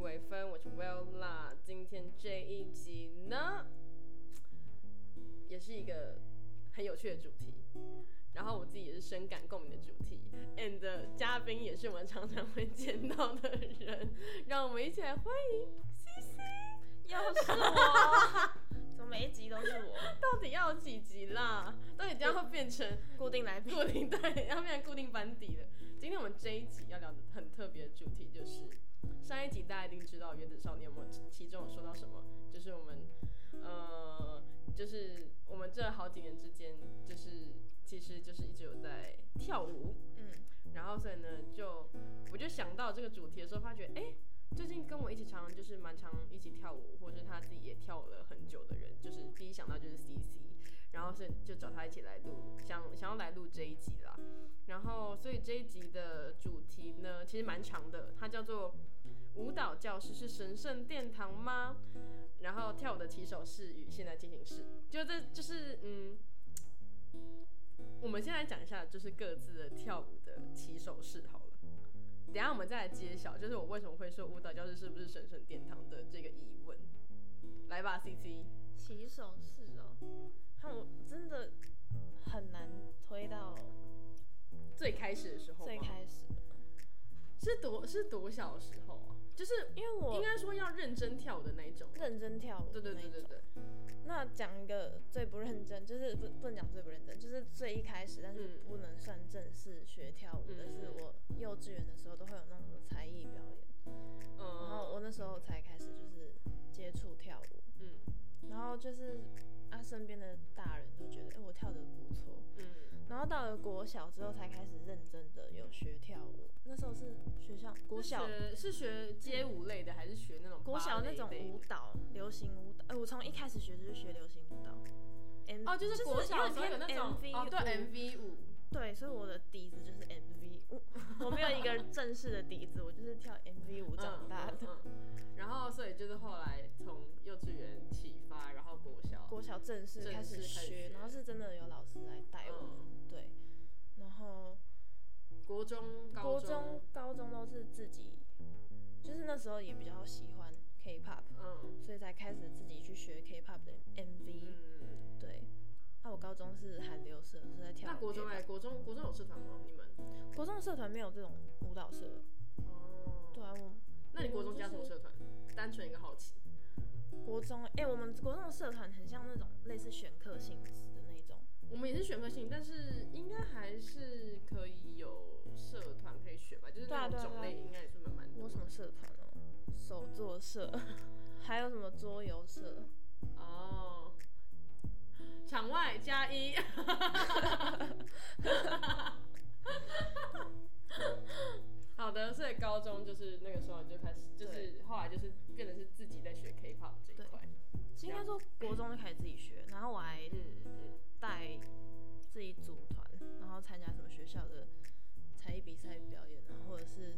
微分，我是 Well 啦。今天这一集呢，也是一个很有趣的主题，然后我自己也是深感共鸣的主题，and 呃嘉宾也是我们常常会见到的人，让我们一起来欢迎西西。又是我， 怎么每一集都是我？到底要有几集啦？到底这样会变成固 定来宾固定 对，要变成固定班底了。今天我们这一集要聊的很特别的主题就是，上一集大家一定知道《原子少年》，我们其中有说到什么，就是我们呃，就是我们这好几年之间，就是其实就是一直有在跳舞，嗯，然后所以呢，就我就想到这个主题的时候，发觉哎、诶最近跟我一起常常就是蛮常一起跳舞，或者是他自己也跳舞了很久的人，就是第一想到就是 C C，然后所以就找他一起来录，想想要来录这一集啦。然后所以这一集的主题呢，其实蛮长的，它叫做舞蹈教室是神圣殿堂吗？然后跳舞的起手式与现代进行式，就这就是嗯。我们先来讲一下，就是各自的跳舞的起手式好了。等一下我们再来揭晓，就是我为什么会说舞蹈教室是不是神圣殿堂的这个疑问。来吧，C C，起手式哦，看我真的很难推到最开始的时候吗最开始，是多是多小的时候啊？就是因为应我该说要认真跳舞的那一种。认真跳舞对的对对那一对种。对，嗯那讲一个最不认真，就是不不能讲最不认真，就是最一开始，但是嗯不能算正式学跳舞的是嗯嗯我幼稚园的时候都会有那种才艺表演，然后哦我嗯那时候才开始就是接触跳舞，嗯然后就是啊，身边的大人都觉得，哎、我跳的不错。嗯，然后到了国小之后，才开始认真的有学跳舞。那时候是学校国小学是学街舞类的，还是学那种国小芭蕾那种类的舞蹈，流行舞蹈。哎、我从一开始学就是学流行舞蹈。M 哦，就是国小的时候有那种有点偏哦，对 MV 舞 MV 舞，对，所以我的底子就是 MV 舞，我没有一个正式的底子，我就是跳 MV 舞长大的。嗯嗯嗯然后，所以就是后来从幼稚园启发，然后国小，国小正式正式开始开始学，学嗯然后是真的有老师来带我们，对，然后。国中、高国中、高中都是自己，就是那时候也比较喜欢 K-pop，嗯所以才开始自己去学 K-pop 的 MV、嗯，对，那、我高中是韩流社，是在跳舞 K-pop。那国中哎，国中国中有社团吗？你们？国中社团没有这种舞蹈社。哦，对啊，我那你国中加什么社团？单纯一个好奇。国中哎、我们国中的社团很像那种类似选课性质的那种。我们也是选科性，但是应该还是可以有社团可以选吧，就是对啊那种对啊种对啊类应该也是蛮蛮我多有的。什么社团哦？手作社， 还有什么桌游社？哦，场外加一。好的，所以高中就是那个时候就开始，就是后来就是变成是自己在学 K-pop 这一块。应该说国中就开始自己学，然后我还嗯嗯带自己组团，然后参加什么学校的才艺比赛表演啊，或者是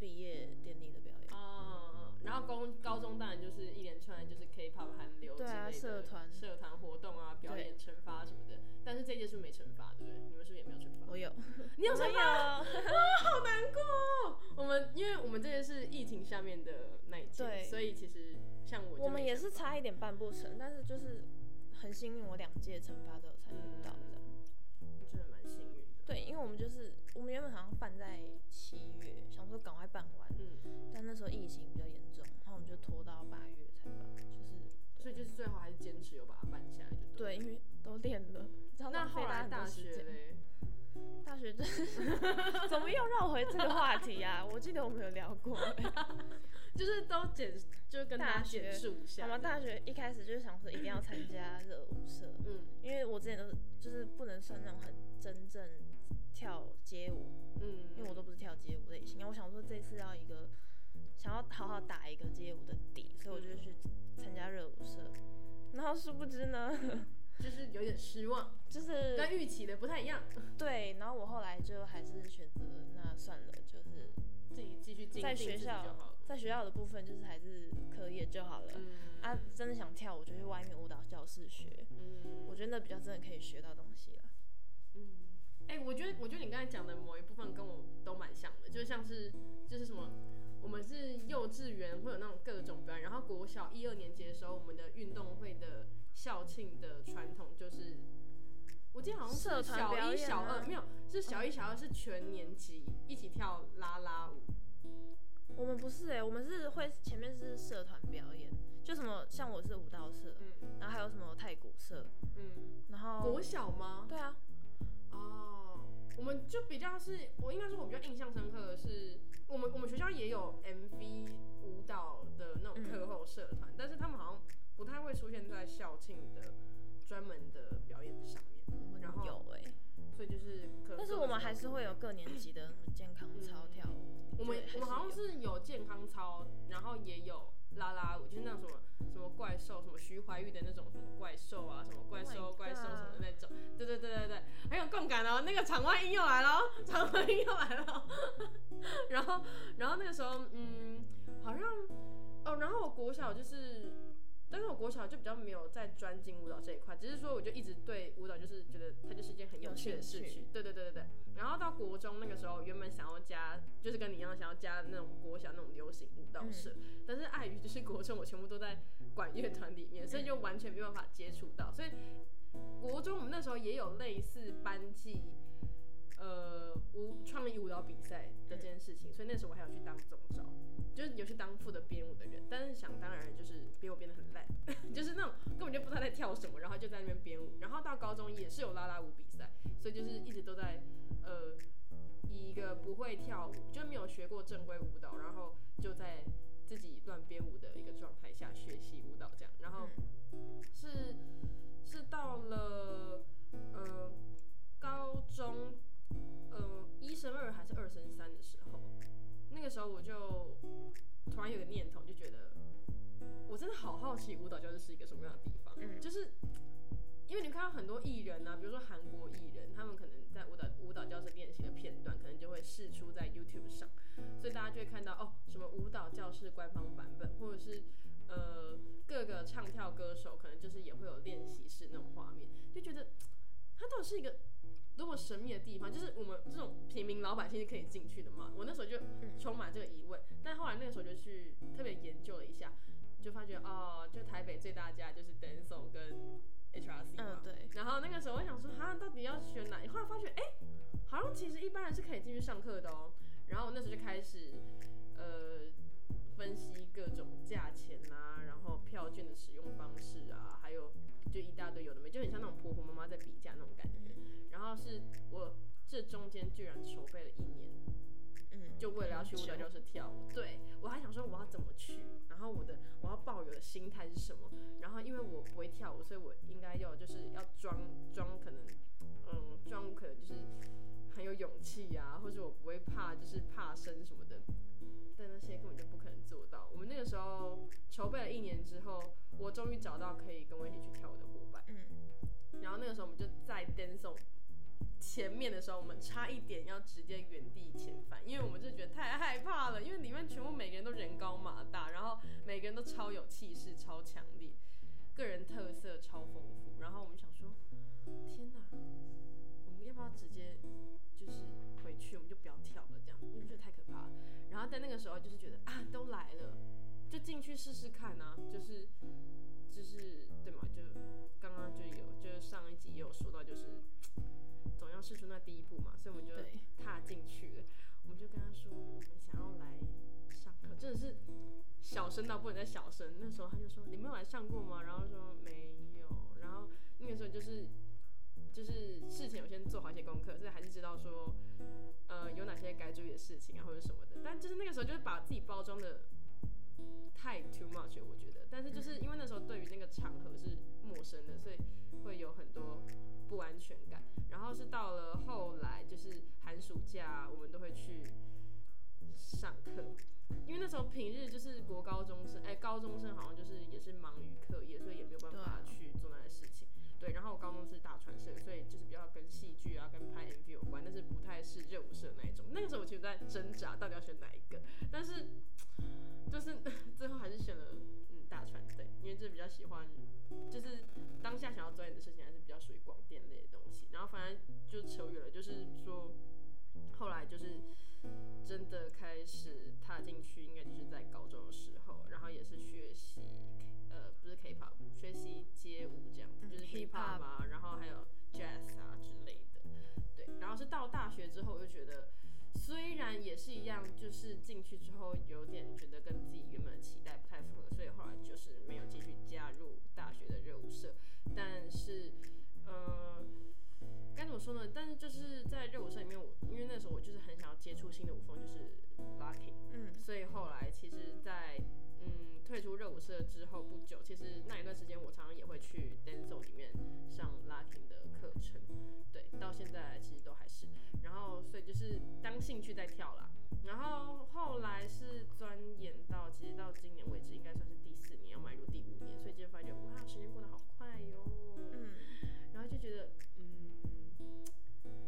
毕业典礼的表演。啊，然后高高中当然就是一连串就是 K-pop 韩流之对类啊的社团社团活动啊、表演惩罚什么的。但是这届是没惩罚，对不对？你们是不是也没有惩罚？我有，你有 我惩罚？有，好难过哦、我们因为我们这个是疫情下面的那一届，对所以其实像我就没我们也是惩罚差一点办不成，但是就是很幸运，我两届惩罚都有参与到这样。真的蛮幸运的。对，因为我们就是我们原本好像办在七月，想说赶快办完，嗯，但那时候疫情比较严重，然后我们就拖到八月才办，就是所以就是最后还是坚持有把它办下来就了。对，因为都练了，你知道那浪费后来很多大时学间嘞，大学 真是怎么又绕回这个话题啊？ 我记得我们有聊 过、就是都简，就是跟大家大学简述一我下。们大学一开始就是想说一定要参加热舞社，嗯因为我之前都是就是不能算那种很真正跳街舞，嗯，因为我都不是跳街舞类型。然后我想说这次要一个想要好好打一个街舞的底，所以我就去参加热舞社。然后殊不知呢， 就是有点失望，就是跟预期的不太一样。对，然后我后来就还是选择那算了，就是自己继续精进在自己学就校好了。，在学校的部分就是还是课业就好了。嗯啊，真的想跳舞就去外面舞蹈教室学，嗯我觉得那比较真的可以学到东西了。嗯，哎、我觉得我觉得你刚才讲的某一部分跟我都蛮像的，就像是就是什么我们是幼稚园会有那种各种表演，然后国小一二年级的时候，我们的运动会的校庆的传统就是，我记得好像社是团小表一、演啊小吗二没有，是小一、小二是全年级一起跳啦啦舞，我们不是哎、我们是会前面是社团表演，就什么像我是舞蹈社，嗯然后还有什么太鼓社，嗯，然后国小吗？对啊，哦，我们就比较是我应该说，我比较印象深刻的是，我们我们学校也有 MV 舞蹈的那种课后社嗯团，但是他们好像不太会出现在校庆的专门的表演上面，我们然后有哎、所以就是可但是我们还是会有各年级的什么健康操跳舞，嗯我们对还我们好像有是有健康操，然后也有啦啦舞，就是那种什么什么怪兽，什么徐怀钰的那种什么怪兽啊，什么怪 Oh my 兽、怪兽 God 什么的那种。对对对对对，很有共感哦。那个场外音又来了，场外音又来了。 然后然后那个时候，嗯，好像哦，然后我国小就是。但是我国小就比较没有在专精舞蹈这一块，只是说我就一直对舞蹈就是觉得它就是一件很有有趣的兴事趣情，对对对对对。然后到国中那个时候，原本想要加，就是跟你一样想要加那种国小那种流行舞蹈社，但是碍于就是国中我全部都在管乐团里面，所以就完全没有办法接触到。所以国中我们那时候也有类似班级，呃，舞创意舞蹈比赛的这件事情，所以那时候我还有去当总招，就是有去当负责编舞的人，但是想当然就是比我编得很烂，就是那种根本就不知道在跳什么，然后就在那边编舞。然后到高中也是有啦啦舞比赛，所以就是一直都在呃，以一个不会跳舞，就没有学过正规舞蹈，然后就在自己乱编舞的一个状态下学习舞蹈这样。然后是是到了呃高中，呃一升二还是二升三的时候，那个时候我就突然有个念头，就觉得我真的好好奇舞蹈教室是一个什么样的地方，嗯就是。因为你看到很多艺人啊，比如说韩国艺人，他们可能在舞蹈舞蹈教室练习的片段，可能就会试出在 YouTube 上，所以大家就会看到哦，什么舞蹈教室官方版本，或者是呃各个唱跳歌手可能就是也会有练习室那种画面，就觉得嘖它到底是一个多么神秘的地方，就是我们这种平民老百姓是可以进去的吗？我那时候就嗯充满这个疑问，但后来那个时候就去特别研究了一下，就发觉哦，就台北最大家就是 d a n s o 跟 HRC 嘛，嗯对，然后那个时候我想说，哈，到底要选哪一？后来发觉，哎、好像其实一般人是可以进去上课的哦。然后我那时候就开始，呃，分析各种价钱啊，然后票券的使用方式啊，还有就一大堆有的没，就很像那种婆婆妈妈在比价那种感觉。嗯然后是我这中间居然筹备了一年，嗯就为了要去舞蹈很久教室跳舞。对我还想说我要怎么去，然后我的我要抱有的心态是什么？然后因为我不会跳舞，所以我应该要就是要装装可能，嗯，装可能就是很有勇气啊，或者我不会怕就是怕生什么的。但那些根本就不可能做到。我们那个时候筹备了一年之后，我终于找到可以跟我一起去跳舞的伙伴。嗯然后那个时候我们就在 Dance 前面的时候，我们差一点要直接原地遣返，因为我们就觉得太害怕了，因为里面全部每个人都人高马大，然后每个人都超有气势、超强烈，个人特色超丰富。然后我们想说，天哪，我们要不要直接就是回去，我们就不要跳了，这样，因为觉得太可怕了。然后在那个时候就是觉得啊，都来了，就进去试试看啊，就是就是对嘛，就刚刚就有，就是上一集也有说到，就是总要试出那第一步嘛，所以我们就对踏进去了。我们就跟他说，我们想要来上课，真的是小声到不能再小声。那时候他就说，你没有来上过吗？然后说没有。然后那个时候就是就是事前有先做好一些功课，所以还是知道说，呃，有哪些该注意的事情啊，或者什么的。但就是那个时候就是把自己包装的太 too much，了我觉得。但是就是嗯因为那时候对于那个场合是陌生的，所以会有很多不安全感。然后是到了后来，就是寒暑假啊我们都会去上课，因为那时候平日就是国高中生，哎，高中生好像就是也是忙于课业，所以也没有办对法啊去做那些事情。对，然后我高中是大传社，所以就是比较跟戏剧啊、跟拍 MV 有关，但是不太是热舞社那一种。那个时候我其实在挣扎，到底要选哪一个，但是就是最后还是选了嗯大传队，因为就是比较喜欢，就是当下想要钻研的事情还是比较属于广电类的东西。然后反正就扯远了，就是说后来就是真的开始踏进去，应该就是在高中的时候，然后也是学习，呃，不是 K-pop，学习街舞这样，嗯就是 hip hip-hop 啊，然后还有 jazz 啊之类的，对，然后是到大学之后，我就觉得。虽然也是一样，就是进去之后有点觉得跟自己原本的期待不太符合，所以后来就是没有继续加入大学的热舞社。但是，呃，该怎么说呢？但是就是在热舞社里面，我因为那时候我就是很想要接触新的舞风，就是 locking，嗯所以后来其实在，嗯退出热舞社之后不久，其实那一段时间我常常也会去 danzo 里面上 locking 的课程，对，到现在其实都还是。然后所以就是当兴趣在跳啦。然后后来是钻研到，其实到今年为止应该算是第四年，要迈入第五年，所以就发觉哇，时间过得好快哟。嗯，然后就觉得，嗯，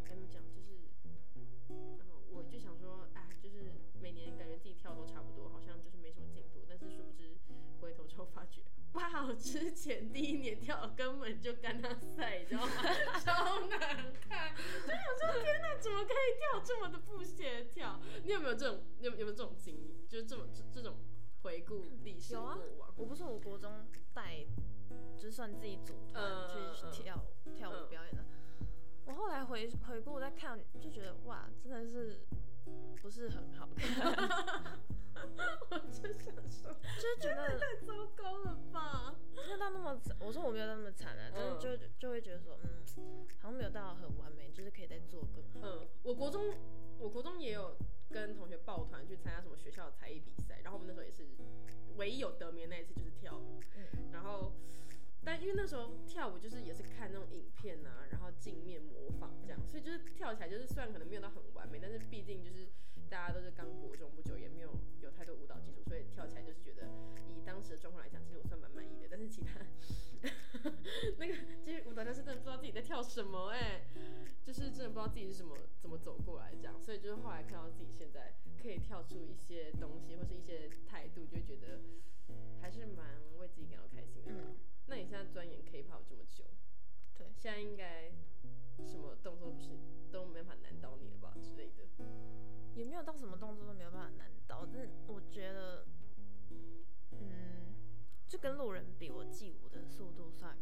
该怎么讲，就是，嗯，我就想说，哎，就是每年感觉自己跳都差不多，好像就是没什么进度，但是殊不知回头之后发觉，哇，我之前第一年跳的根本就干那赛，你知道吗？ 超难看，就想说天哪，怎么可以跳这么的不协调？你有没有这种，你有有没有这种经历？就是这种这这种回顾历史有过啊往，我不是我国中带，就是算自己组团嗯嗯去嗯跳、跳舞嗯表演的。我后来回回顾再看，就觉得哇，真的是不是很 好看，我就想说， 就是觉得太糟糕了吧？没有到那么惨。我说我没有到那么惨啊，但嗯是就就会觉得说，嗯，好像没有到很完美，就是可以再做更好。嗯，我国中，我国中也有跟同学抱团去参加什么学校的才艺比赛，然后我们那时候也是唯一有得名的那一次就是跳舞，嗯然后但因为那时候跳舞就是也是看那种影片啊，然后镜面模仿这样，所以就是跳起来就是虽然可能没有到很完美，但是毕竟就是大家都是刚国中不久，也没有有太多舞蹈基础，所以跳起来就是觉得以当时的状况来讲，其实我算蛮满意的，但是其他 那个其实舞蹈教师真的不知道自己在跳什么哎、就是真的不知道自己是怎么怎么走过来这样，所以就是后来看到自己现在可以跳出一些东西或是一些态度，就会觉得还是蛮为自己感到开心的吧。嗯，那你现在钻研 K-pop 这么久，对现在应该什么动作不是都没法难倒你了吧之类的？也没有到什么动作都没有办法难倒，但是我觉得，嗯，就跟路人比，我记舞的速度算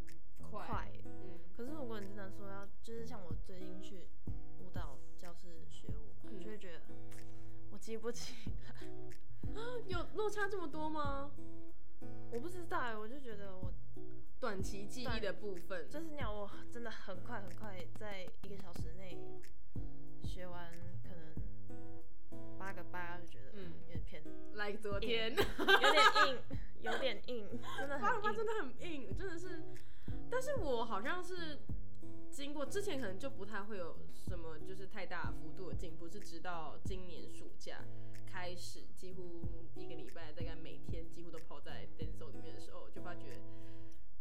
快嗯可是如果你真的说要，就是像我最近去舞蹈教室学舞嘛，嗯就会觉得我记不起 来，有落差这么多吗？我不知道欸，我就觉得我短期记忆的部分，就是鸟，我真的很快很快，在一个小时内学完可能八个八，就觉得嗯嗯有点偏， like 昨 天， 有点硬，有点硬，真的八八很真硬。的很硬，真的是。但是我好像是经过之前可能就不太会有什么就是太大幅度的进步，是直到今年暑假开始，几乎一个礼拜大概每天几乎都泡在 Denso 里面的时候，就发觉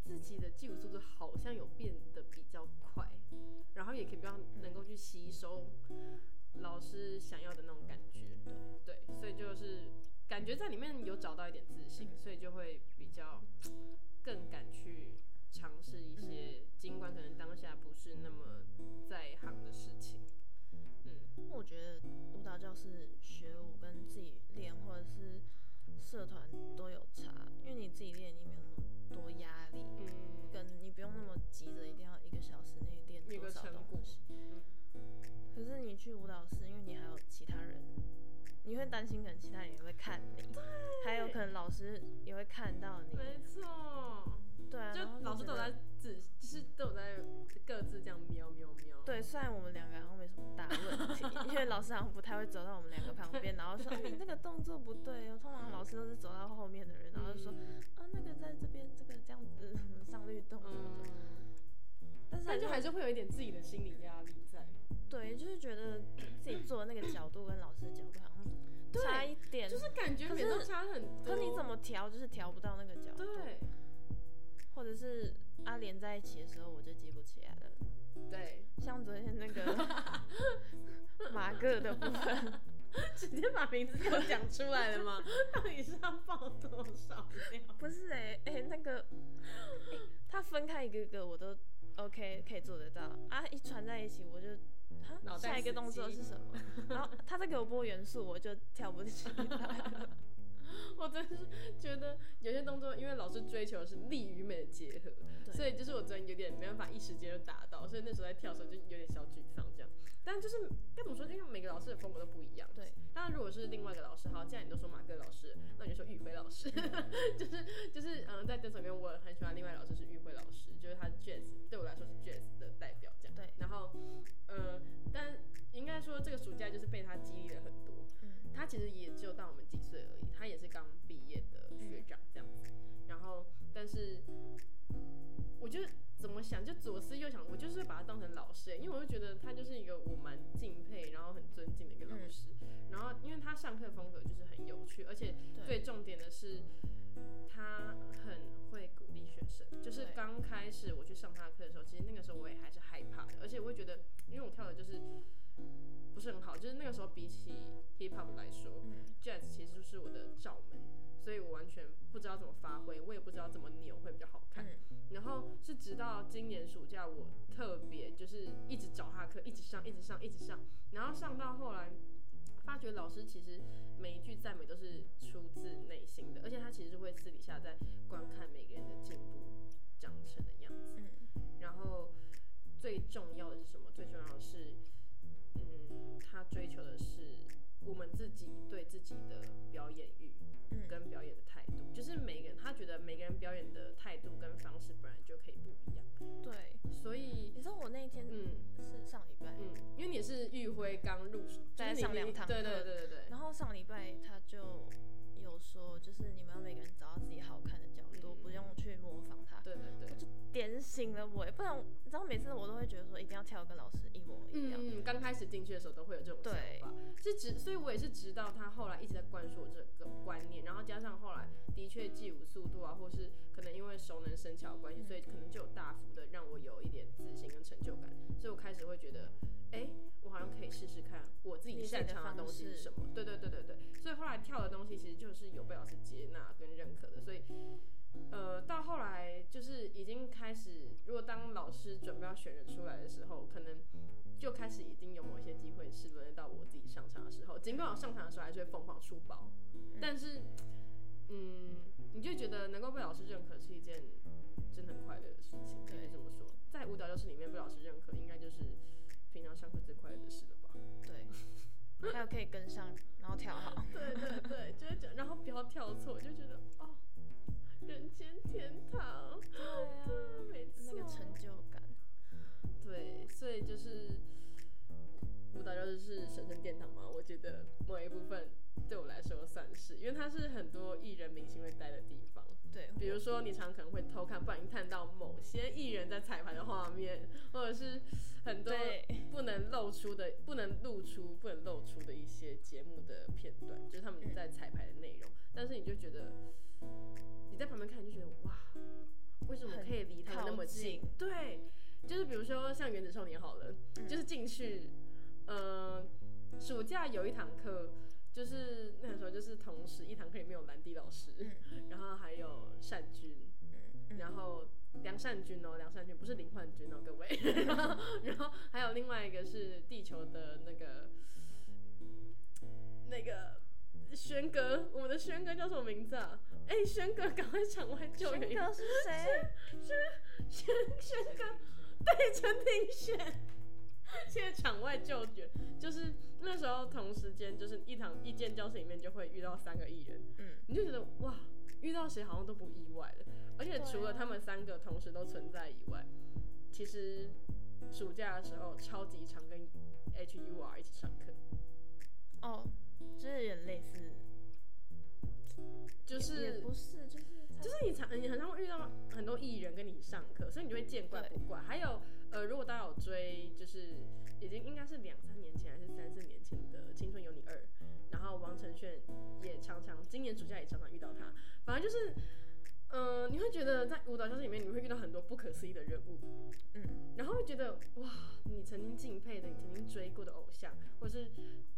自己的记舞速度好像有变得比较快，然后也可以比较能够去吸收老师想要的那种感觉。对，所以就是感觉在里面有找到一点自信，嗯所以就会比较更敢去尝试一些，尽管可能当下不是那么在行的事情。嗯我觉得舞蹈教室学舞跟自己练或者是社团都有差，因为你自己练你没有那么多压力，嗯，跟你不用那么急着一定要一个小时内练有多个少成果东西。。嗯可是你去舞蹈室，因为你还有其他人，你会担心可能其他人也会看你，还有可能老师也会看到你。没错，对啊，就然后老师觉都有得在自，就是都有在各自这样瞄瞄瞄。，对，虽然我们两个好像没什么大问题， 因为老师好像不太会走到我们两个旁边，然后说、啊、你那个动作不对哦。通常老师都是走到后面的人，然后就说、啊那个在这边这个这样子 上律动什么的。嗯嗯，但是但就还是是会有一点自己的心理压力在。对，就是觉得自己做的那个角度跟老师的角度好像对差一点，就是感觉嗯可每是都差很多。可你怎么调就是调不到那个角度，对或者是啊连在一起的时候我就记不起来了。 对？像昨天那 个马克的部 分，直接把名字给我讲出来了吗？ 到底是要爆多少 料？不是哎、欸、哎、那 个，欸它分开一个一个我都 OK 可以做得到啊，一传在一起我就哈，脑袋下一个死动作机是什 么？然后他在给我播元素，我就跳不起来。我真是觉得有些动作，因为老师追求的是力与美的结合，对所以就是我昨天有点没办法一时间就达到，所以那时候在跳的时候就有点小沮丧这样。但就是该怎么说，因为每个老师的风格都不一样。对，那如果是另外一个老师，好，既然你都说马克老师，那你就说玉辉老 师，就是就是嗯，在这首里面我很喜欢另外一个老师是玉辉老师，就是他 jazz 对我来说是 jazz 的代表这样。对，然后呃，但应该说这个暑假就是被他激励了很多。嗯，他其实也只有大我们几岁而已，他也是刚毕业的学长这样子。然后，但是我就怎么想，就左思右想，我就是把他当成老师欸、因为我就觉得他就是一个我蛮敬佩，然后很尊敬的一个老师。然后，因为他上课风格就是很有趣，而且最 对重点的是，他很会鼓励学生。就是对刚开始我去上他的课的时候，其实那个时候我也还是害怕的，而且我会觉得，因为我跳的就是不是很好，就是那个时候比起 hip hop 来说嗯，jazz 其实就是我的罩门，所以我完全不知道怎么发挥，我也不知道怎么扭会比较好看。嗯然后是直到今年暑假，我特别就是一直找他课，一直上，一直上，一直上，然后上到后来，发觉老师其实每一句赞美都是出自内心的，而且他其实会私底下在观看每个人的进步、长成的样子。嗯，然后最重要的是什么？最重要的是，嗯，他追求的是我们自己对自己的表演欲嗯，跟表演的态度，就是每个人他觉得每个人表演的态度跟方式本来就可以不一样，对。所以你知道我那一天嗯是上礼拜，嗯，因为你是玉辉刚入，就是再你上两堂对对课对对对，然后上礼拜他就有说，就是你们要每个人找到自己好看的角度，嗯不用去模仿他。对对对，点醒了我耶，不然我你知道每次我都会觉得说一定要跳跟老师一模一样。嗯，刚开始进去的时候都会有这种想对法，是直，所以我也是直到他后来一直在灌输我这个观念，然后加上后来的确记舞速度啊，或是可能因为熟能生巧的关系，嗯所以可能就有大幅的让我有一点自信跟成就感，所以我开始会觉得，哎、我好像可以试试看我自己你自己擅的长的方东西是式什么。对对对对对，所以后来跳的东西其实就是有被老师接纳跟认可的，所以呃，到后来就是已经开始，如果当老师准备要选人出来的时候，可能就开始已经有某一些机会是轮得到我自己上场的时候。尽管我上场的时候还是会疯狂出包，但是，嗯，你就觉得能够被老师认可是一件真的很快乐的事情，可以这么说。在舞蹈教室里面被老师认可，应该就是平常上课最快乐的事了吧？对，还有可以跟上，然后跳好。 对啊对对，就是这样然后不要跳错，就觉得哦，人间天堂，对啊，没那个成就感。对，所以就是舞蹈教室是神圣殿堂嘛，我觉得某一部分对我来说算是，因为它是很多艺人明星会待的地方。对，比如说，你常可能会偷看，不然你看到某些艺人在彩排的画面，或者是很多对不能露出的、不能露出、不能露出的一些节目的片段，就是他们嗯在彩排的内容。但是你就觉得，你在旁边看，你就觉得哇，为什么很可以离他们那么近靠近？对，就是比如说像《原子少年》好了，嗯就是进去，呃，暑假有一堂课，就是那个时候就是同时一堂课里面有兰迪老师，嗯然后还有善君，嗯，然后梁善君哦，梁善君不是林焕君哦，各位，然后然后还有另外一个是地球的那个那个。轩哥，我们的轩哥叫什么名字啊？哎、轩哥，赶快场外救援！轩一哥是谁？轩 轩哥，对陈庭轩，现在场外救援，就是那时候同时间，就是一堂一间教室里面就会遇到三个艺人，嗯，你就觉得哇，遇到谁好像都不意外了。而且对啊除了他们三个同时都存在以外，其实暑假的时候超级常跟 HUR 一起上课，哦，就是有点类似，就也是不是，就是就是你常你很常会遇到很多艺人跟你上课，所以你就会见怪不怪。还有呃，如果大家有追，就是已经应该是两三年前还是三四年前的《青春有你二》，然后王承炫也常常今年暑假也常常遇到他，反正就是。嗯、你会觉得在舞蹈教室里面，你会遇到很多不可思议的人物，嗯，然后会觉得哇，你曾经敬佩的、你曾经追过的偶像，或是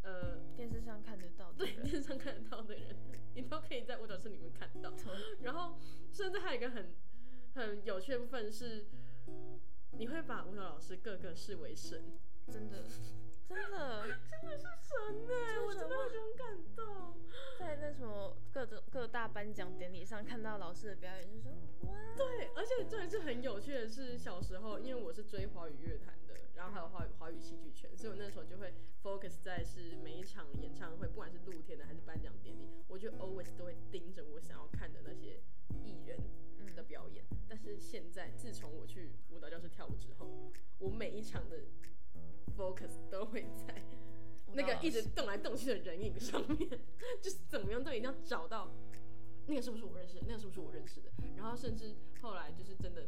呃电视上看得到的对 人。电视上看得到的人，你都可以在舞蹈室里面看到。然后，甚至还有一个很很有趣的部分是，你会把舞蹈老师各个视为神， 真的，真的，真的是神呢、真的我神真的很感动。在那什么各种各大颁奖典礼上看到老师的表演，就说哇，对，而且这一次很有趣的是，小时候因为我是追华语乐坛的，然后还有华语华语戏剧圈，所以我那时候就会 focus 在是每一场演唱会，不管是露天的还是颁奖典礼，我就 always 都会盯着我想要看的那些艺人嗯的表演。但是现在，自从我去舞蹈教室跳舞之后，我每一场的 focus 都会在那个一直动来动去的人影上面， 就是怎么样都一定要找到那个是不是我认识的，那个是不是我认识的。然后甚至后来就是真的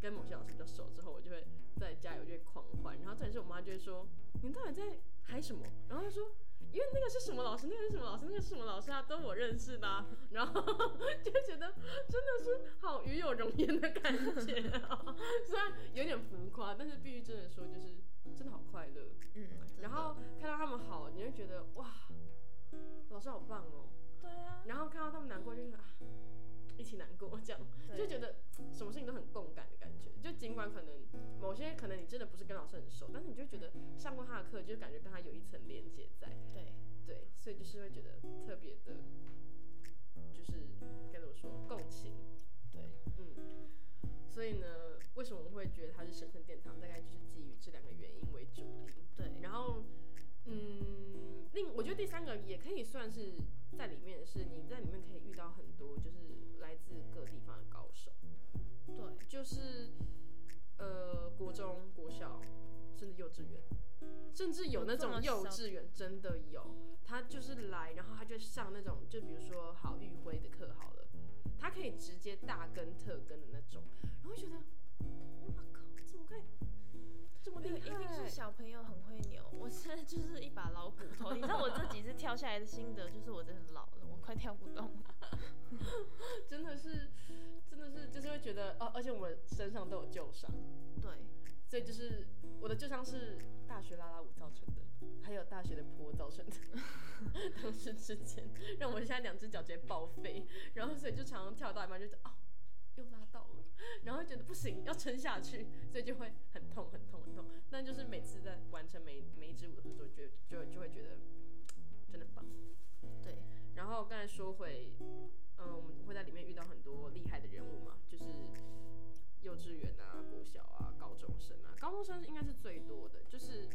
跟某些老师比较熟之后，我就会在加油，就会狂欢。然后重点是我妈就会说：“你到底在嗨什么？”然后她说。因为那个是什么老师，那个是什么老师，那个是什么老师啊，都我认识的啊、 然后就觉得真的是好与有容颜的感觉啊， 虽然有点浮夸，但是必须真的说，就是真的好快乐。嗯，真然的后看到他们好，你会觉得哇，老师好棒哦。对啊，然后看到他们难过，就是啊，一起难过这样，对就觉得什么事情都很共感的感觉。就尽管可能某些可能你真的不是跟老师很熟，但是你就觉得上过他的课，就感觉跟他有一层连接在。对，对，所以就是会觉得特别的，就是该怎么说，共情。对，嗯，所以呢，为什么我们会觉得它是神圣殿堂？大概就是基于这两个原因为主因。对然后，嗯，另我觉得第三个也可以算是在里面，是你在里面可以遇到很多就是来自各地方的高手，对，就是呃国中、国小，甚至幼稚园，甚至有那种有这幼么小稚园真的有，他就是来，然后他就上那种，就比如说好玉辉的课好了，他可以直接大跟特跟的那种，然后就觉得，哇靠，怎么可以这么我厉一害？定是小朋友很会扭，我现在就是一把老骨头。你知道我这几次跳下来的心得就是我真的老了，我快跳不动了。真的是，真的是，就是会觉得，哦，而且我们身上都有旧伤，对，所以就是我的旧伤是大学拉拉舞造成的，还有大学的坡造成的，同时之间让我现在两只脚直接报废，然后所以就常常跳到一半就觉得，哦，又拉到了，然后会觉得不行，要撑下去，所以就会很痛很痛很痛，但就是每次在完成每每一支舞的时候，就会就就会觉得真的很棒。对，然后刚才说回，嗯，我们会在里面遇到很多厉害的人物嘛，就是幼稚园啊、国小啊、高中生啊，高中生应该是最多的，就是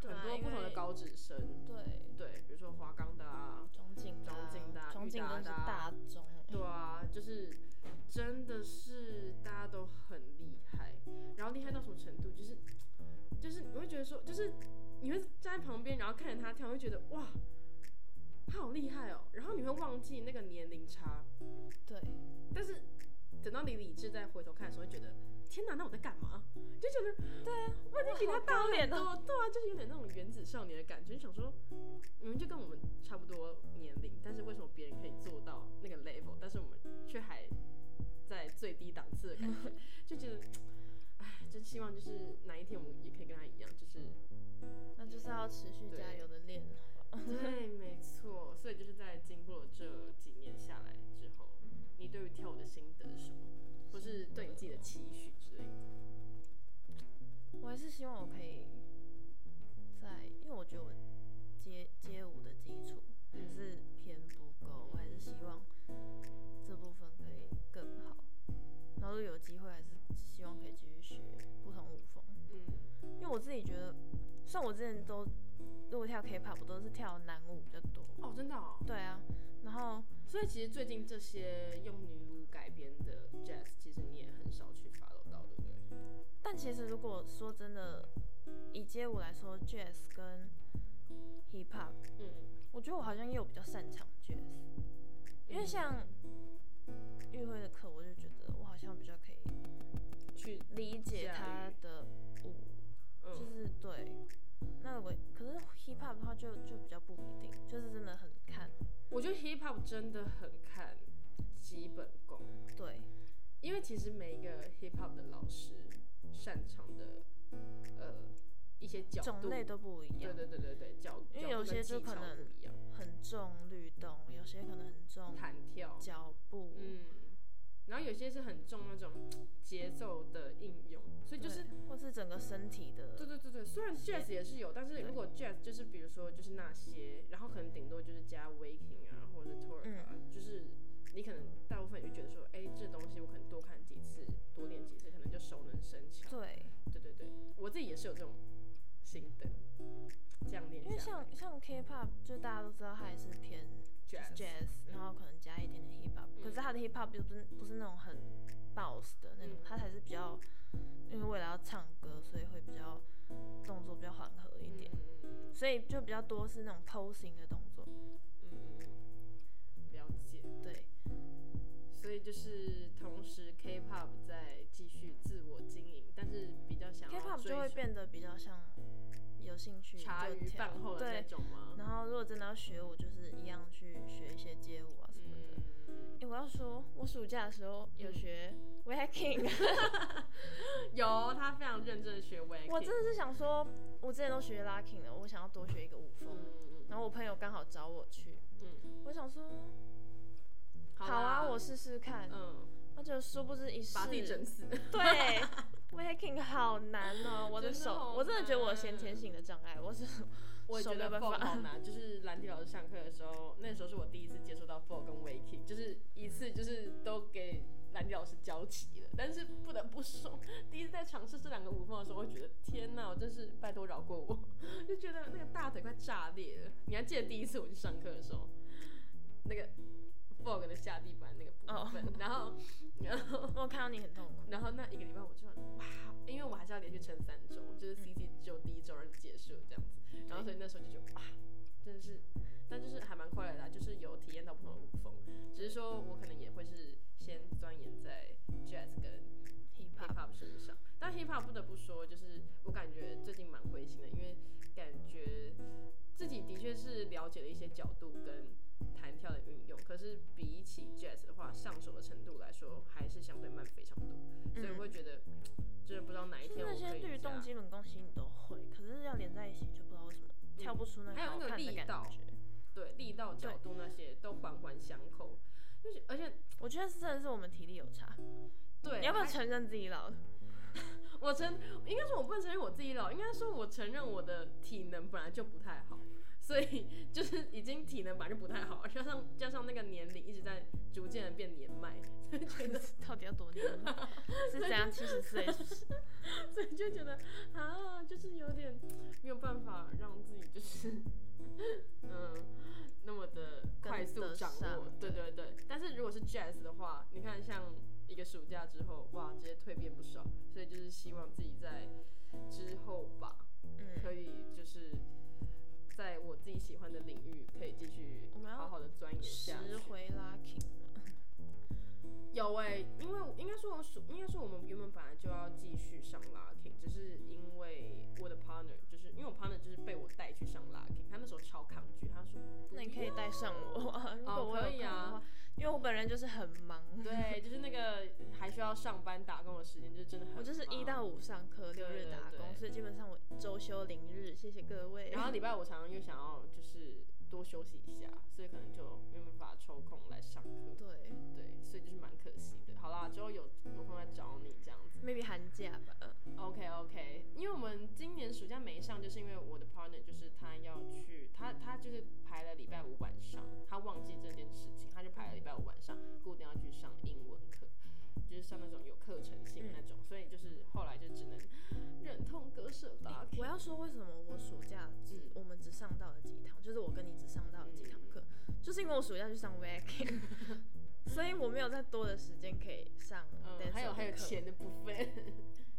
对很啊多因不同的为高职生，对，对，比如说华冈的啊，中景中景的啊中景裕达真是的啊大中，对啊，就是真的是大家都很厉害，然后厉害到什么程度？就是就是你会觉得说，就是你会站在旁边，然后看着他跳，会觉得哇，他好厉害哦，然后你会忘记那个年龄差。对，但是等到你理智再回头看的时候，会觉得天哪，那我在干嘛？就觉得对啊，我已经比他大很多，我对啊，就是有点那种原子少年的感觉，就想说你们就跟我们差不多年龄，但是为什么别人可以做到那个 level，但是我们却还在最低档次的感觉，就觉得。唉，就希望就是哪一天我们也可以跟他一样，就是那就是要持续对加油的练。对，没错。所以就是在经过这几年下来之后，你对于跳舞的心得是什么，或是对你自己的期许之类的？我还是希望我可以在，因为我觉得我街街舞的基础还嗯是偏不够，我还是希望这部分可以更好。然后如果有机会，还是希望可以继续学不同舞风，嗯因为我自己觉得，虽然我之前都如果跳 K-pop，我都是跳男舞比较多。哦，真的哦。对啊，然后所以其实最近这些用女巫改编的 jazz，其实你也很少去 follow 到，对不对？但其实如果说真的，以街舞来说，Jazz 跟 Hip Hop 嗯，我觉得我好像也有比较擅长 jazz，因为像玉辉的课，我就觉得我好像比较可以去，理解他的舞，就嗯是对。那我可是 hip hop 的话就就比较不一定，就是真的很看我觉得 hip hop 真的很看基本功，对因为其实每一个 hip hop 的老师擅长的呃一些角度种类都不一对样，对对对对，角因角为度有些跟就技可巧能不一样，很重律动，有些可能很重弹跳，脚步，嗯嗯，然后有些是很重那种节奏的应用，所以对就是或是整个身体的，对对对对，虽然 jazz 也是有，但是如果 jazz 就是比如说就是那些，然后可能顶多就是加 waking 啊或者是 t o r k 啊，就是你可能大部分你就觉得说，哎，这东西我可能多看几次，多练几次，可能就熟能生巧。对，对对对，我自己也是有这种心得，这样练因为下来像像 K-pop，就大家都知道它也是偏就是 jazz jazz，然后可能加一点点 hip hop，、可是它的嗯 hip hop 又不是不是那种很 bounce 的那种，它才是比较，因为为了要唱歌，所以会比较动作比较缓和一点，嗯哦所以就比较多是那种 posing 的动作，嗯，了解。对，所以就是同时 K-pop 在继续自我经营，但是比较想要 K-pop 追就会求变得比较像有兴趣茶就余跳饭后的那对，种吗？然后如果真的要学舞，就是一样去学一些街舞啊什么的。嗯，诶我要说，我暑假的时候有嗯学 Waacking，、有，他非常认真的学 w a 我真的是想说，我之前都学 locking 了，我想要多学一个舞风。嗯然后我朋友刚好找我去，嗯，我想说，好啦啊，我试试看。嗯，那就殊不知一试把，自己整死，对，Waacking 好难 哦，我的真的手，好我真的觉得我先天难性的障碍，我是我也手觉没有得办 f o 法好 难，就是兰迪老师上课的时候，那时候是我第一次接触到 f o 跟 waking，就是一次就是都给兰迪老师教齐了。但是不得不说， 第一次在尝试这两个舞风的时候，我觉得天哪，我真是拜托饶过我， 就觉得那个大腿快炸裂了。你还记得第一次我去上课的时候，那个 f o 的下地板那个部分哦然后 然后我看到你很痛苦。然后那一个礼拜我就哇，因为我还是要连续撑三周，就是 CC 只有第一周而结束这样子，然后所以那时候就觉得哇，真的是，但就是还蛮快乐的啊、就是有体验到不同的舞风，只是说我可能也会是先钻研在 jazz 跟 hip hip hop，嗯 hop 身上，但 hip hop 不得不说，就是我感觉最近蛮灰心的，因为感觉自己的确是了解了一些角度跟弹跳的运用，可是比起 jazz 的话，上手的程度来说，还是相对慢非常多，所以我会觉得，真的不知道哪一嗯就天那我些可以律加动基本功其实你都会，可是要连在一起就不知道为什么跳不出那个嗯还有好那个看的力感道觉。对力道、角度那些都环环相扣，就是而且我觉得真的是我们体力有差，对，你要不要还承认自己老了？我承，应该说我不能承认我自己老，应该说我承认我的体能本来就不太好，所以就是已经体能本来就不太好，加上加上那个年龄一直在逐渐的变年迈，所以觉得，到底要多年 了？是怎样？七十岁？所以就觉得啊，就是有点没有办法让自己就是嗯那么的快速跟得掌上握，对对对。但是如果是 jazz 的话，你看像一个暑假之后，哇，直接蜕变不少，所以就是希望自己在之后吧。嗯，可以就是在我自己喜欢的领域可以继续我们要好好的钻研下去十。回拉 king 嘛有哎、因为我应该说我属，应该说我们原本本来就要继续上 locking，只是因为我的 partner 就是因为我 partner 就是被我带去上 locking，他那时候超抗拒，他说那你可以带上我啊，如果哦我有可以空的啊话，因为我本人就是很忙，对，就是那个还需要上班打工的时间，就真的很我就是一忙到五上课，六日哦对打工，对所以基本上我周休零日，谢谢各位。然后礼拜五常常又想要就是多休息一下，所以可能就没有办法抽空来上课。对对，所以就是蛮可惜的。好啦，之后有有空再找你这样子。 ，maybe 寒假吧，嗯 OK OK，因为我们今年暑假没上，就是因为我的 partner 就是他要去，他他就是排了礼拜五晚上，他忘记这件事情，他就排了礼拜五晚上固定要去上英文课，就是上那种有课程性那种，所以就是后来就只能忍痛割舍吧。我要说为什么我暑假只、嗯我们只上到了几堂，就是我跟你只上到了几堂课，嗯就是因为我暑假去上 waacking，所以我没有再多的时间可以上 dancer 的课、嗯，还有还有钱的部分，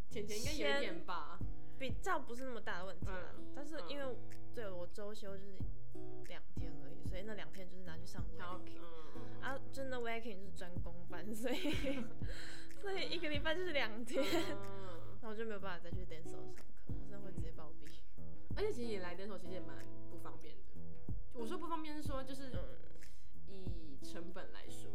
钱钱应该有一点吧。比较不是那么大的问题啦。嗯但是因为、对我周休就是两天而已，所以那两天就是拿去上然后 waking 嗯嗯嗯啊，真的 waking 就是专攻班，所 以所以一个礼拜就是两天，嗯 那我就没有办法再去 dance 上课，我真的会直接暴毙。而且其实你来的时候其实也蛮不方便的。我说不方便是说就是嗯，以成本来说，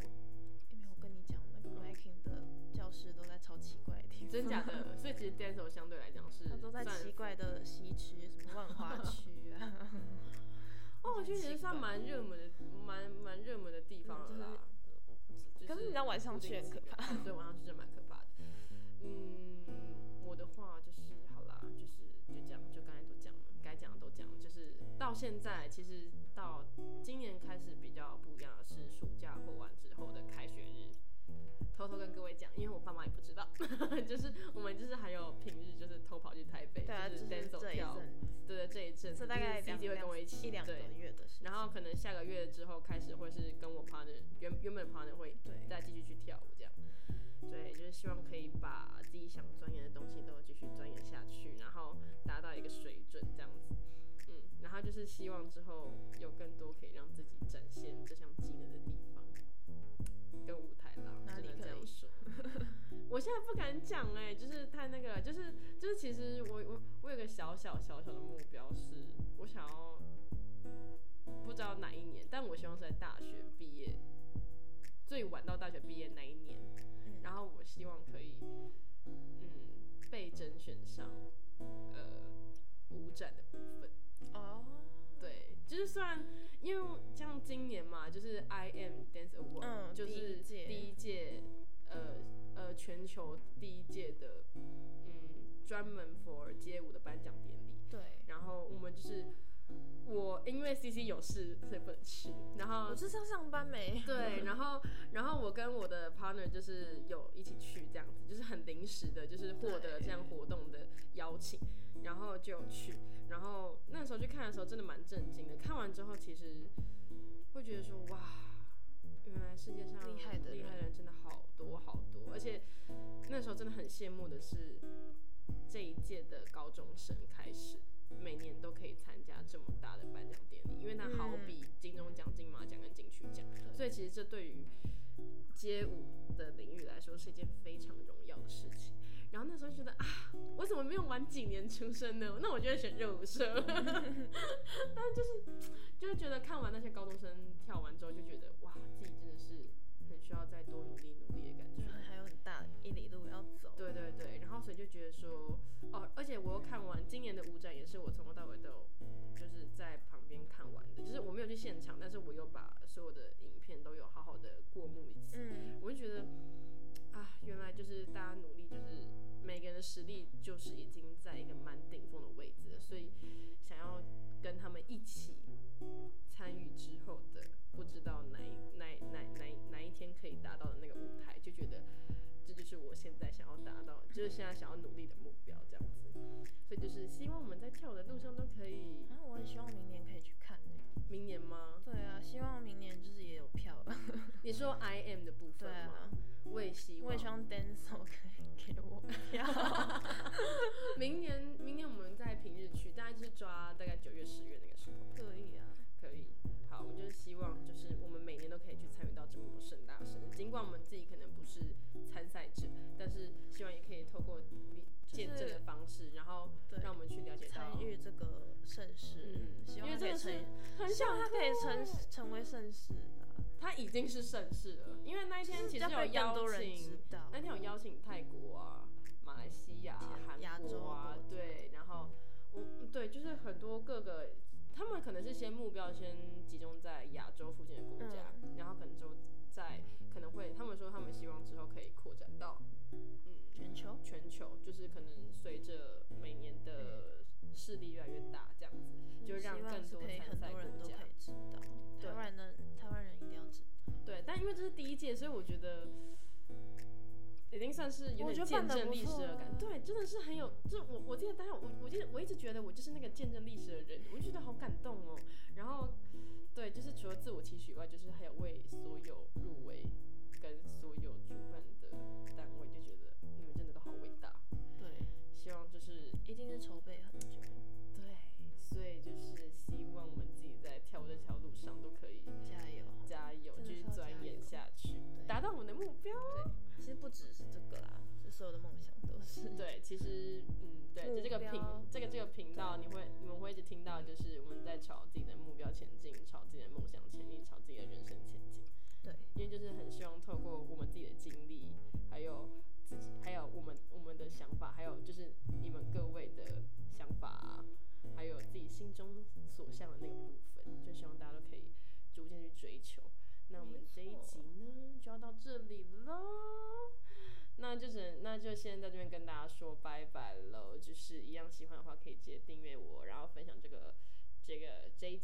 因为我跟你讲，那嗯个 waking 的教室都在超奇怪的地方，真假？ 的，所以其实 dancer 相对来讲是他都在算奇怪的西区，什么万华区 啊，哦，我觉得也是算奇怪蛮热门的，蛮蛮热门的地方了啦。就可是你知道晚上去很可 怕，对，晚上去真的蛮可怕的。嗯，我的话就是好到现在，其实到今年开始比较不一样的是，暑假过完之后的开学日。偷偷跟各位讲，因为我爸妈也不知道， 就是我们就是还有平日就是偷跑去台北，对啊，就就是是 dance 这一跳，阵，对对这一阵，这大就是概 C 两 D 会跟两我一起一两个对，月的事情。然后可能下个月之后开始会是跟我 partner 原原本的 partner 会对，再继续去跳舞这样。对，就是希望可以把自己想钻研的东西都继续钻研下去，然后达到一个水准这样子。嗯，然后就是希望之后有更多可以让自己展现这项技能的地方，跟舞台啦，哪只里能这可样以 说。我现在不敢讲哎、就是太那个了，就是就是其实我我我有个小小小小的目标是，我想要不知道哪一年，但我希望是在大学毕业，最晚到大学毕业那一年，嗯然后我希望可以，嗯，被甄选上，呃，舞展的部分。哦，对，就是虽然因为像今年嘛，就是 I M Dance Award，、嗯就第一是届第一届，呃呃，全球第一届的，嗯，专门 for 街舞的颁奖典礼。对，然后我们就是我因为 C C 有事，所以不能去。然后我哦就是要上班没？ 对，然后然后我跟我的 partner 就是有一起去这样子，就是很临时的，就是获得这样活动的邀请，然后就有去。然后那时候去看的时候，真的蛮震惊的。看完之后，其实会觉得说，哇，原来世界上厉害的厉害的人真的好多好多，而且那时候真的很羡慕的是，这一届的高中生开始。每年都可以参加这么大的颁奖典礼，因为它好嗯比金钟奖、金马奖跟金曲奖，所以其实这对于街舞的领域来说是一件非常荣耀的事情。然后那时候觉得啊，我怎么没有晚几年出生呢？那我就会选热舞社。但是就是就是觉得看完那些高中生跳完之后，就觉得哇，自己真的是很需要再多努力努力的感就觉是。还有很大一里路要走。对对对，然后所以就觉得说，哦，而且我又看完今年的舞展，也是我从头到尾都有就是在旁边看完的，就是我没有去现场，但是我又把所有的影片都有好好的过目一次，嗯，我就觉得啊，原来就是大家努力，就是每个人的实力就是已经在一个蛮顶峰的位置了，所以想要跟他们一起参与之后的，不知道哪一哪哪哪哪一天可以达到的那个舞台，就觉得这就是我现在想要达到，就是现在想要努力的目标这样子。所以就是希望我们在跳舞的路上都可以，然后我也希望明年可以去看呢。明年吗？对啊，希望明年就是也有 票。啊你说 I am 的部对分吗？啊，我也希我也望希。望 Dance 可以 给我票。 明年，明年我们在平日去，大概就是抓大概九月、十月那个时候，可以啊， 可以。好，我们就是希望，就是我们每年都可以去参与到这么盛大的盛事，尽管我们自己可能不是参赛者，但是希望也可以透过你见证的方式，然后对让我们去了解到参，与这个盛世，嗯希望因为它可这以个成是，很希想望它可以看欸成成为盛世的啊。它已经是盛事了，因为那一天其实要有被更邀多人知请，道。那天有邀请泰国啊、马来西亚啊、嗯亚韩洲国啊国，家对，然后我对，就是很多各个，他们可能是先目标先集中在亚洲附近的国家，嗯然后可能就在可能会，他们说他们希望之后可以扩展到嗯全球，全球，就是可能随着每年的势力越来越大，这样子就嗯希让望更是多可以参很赛多人国都家可以知道。对台湾人，台湾人一定要知道。对，但因为这是第一届，所以我觉得已经算是有我觉点见得办得证不历史错的感啊对，真的是很有，就我我记得当然我我记得我一直觉得我就是那个见证历史的人，我就觉得好感动哦。然后对，就是除了自我期许以外，就是还有为所有入围跟所有主办的单位，就觉得你们真的都好伟大。对，希望就是一定是筹备很久，对，所以就是希望我们自己在跳舞这条路上都可以加油。加油，真的继续是要钻加研油下去，对达到我们的目标。其实不只是这个啦，是所有的梦想都是。对，其实嗯，对，就这个目标频，这个这个频道，你会你们会一直听到，就是我们在朝自己的目标前进，朝自己的梦想前进，朝自己的人生前进。对，因为就是很希望透过我们自己的经历，还有自己，还有我们我们的想法，还有就是你们各位的想法、啊，还有自己心中所向的那个部分，就希望大家都可以逐渐去追求。那我们这一没错集呢，就要到这里喽。那就只能，那就先在这边跟大家说拜拜喽。就是一样喜欢的话，可以直接订阅我，然后分享这个这个这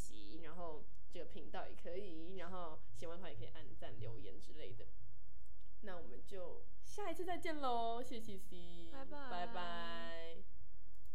到也可以，然后喜欢的话也可以按赞、留言之类的。那我们就下一次再见喽，谢谢 C，拜拜拜拜。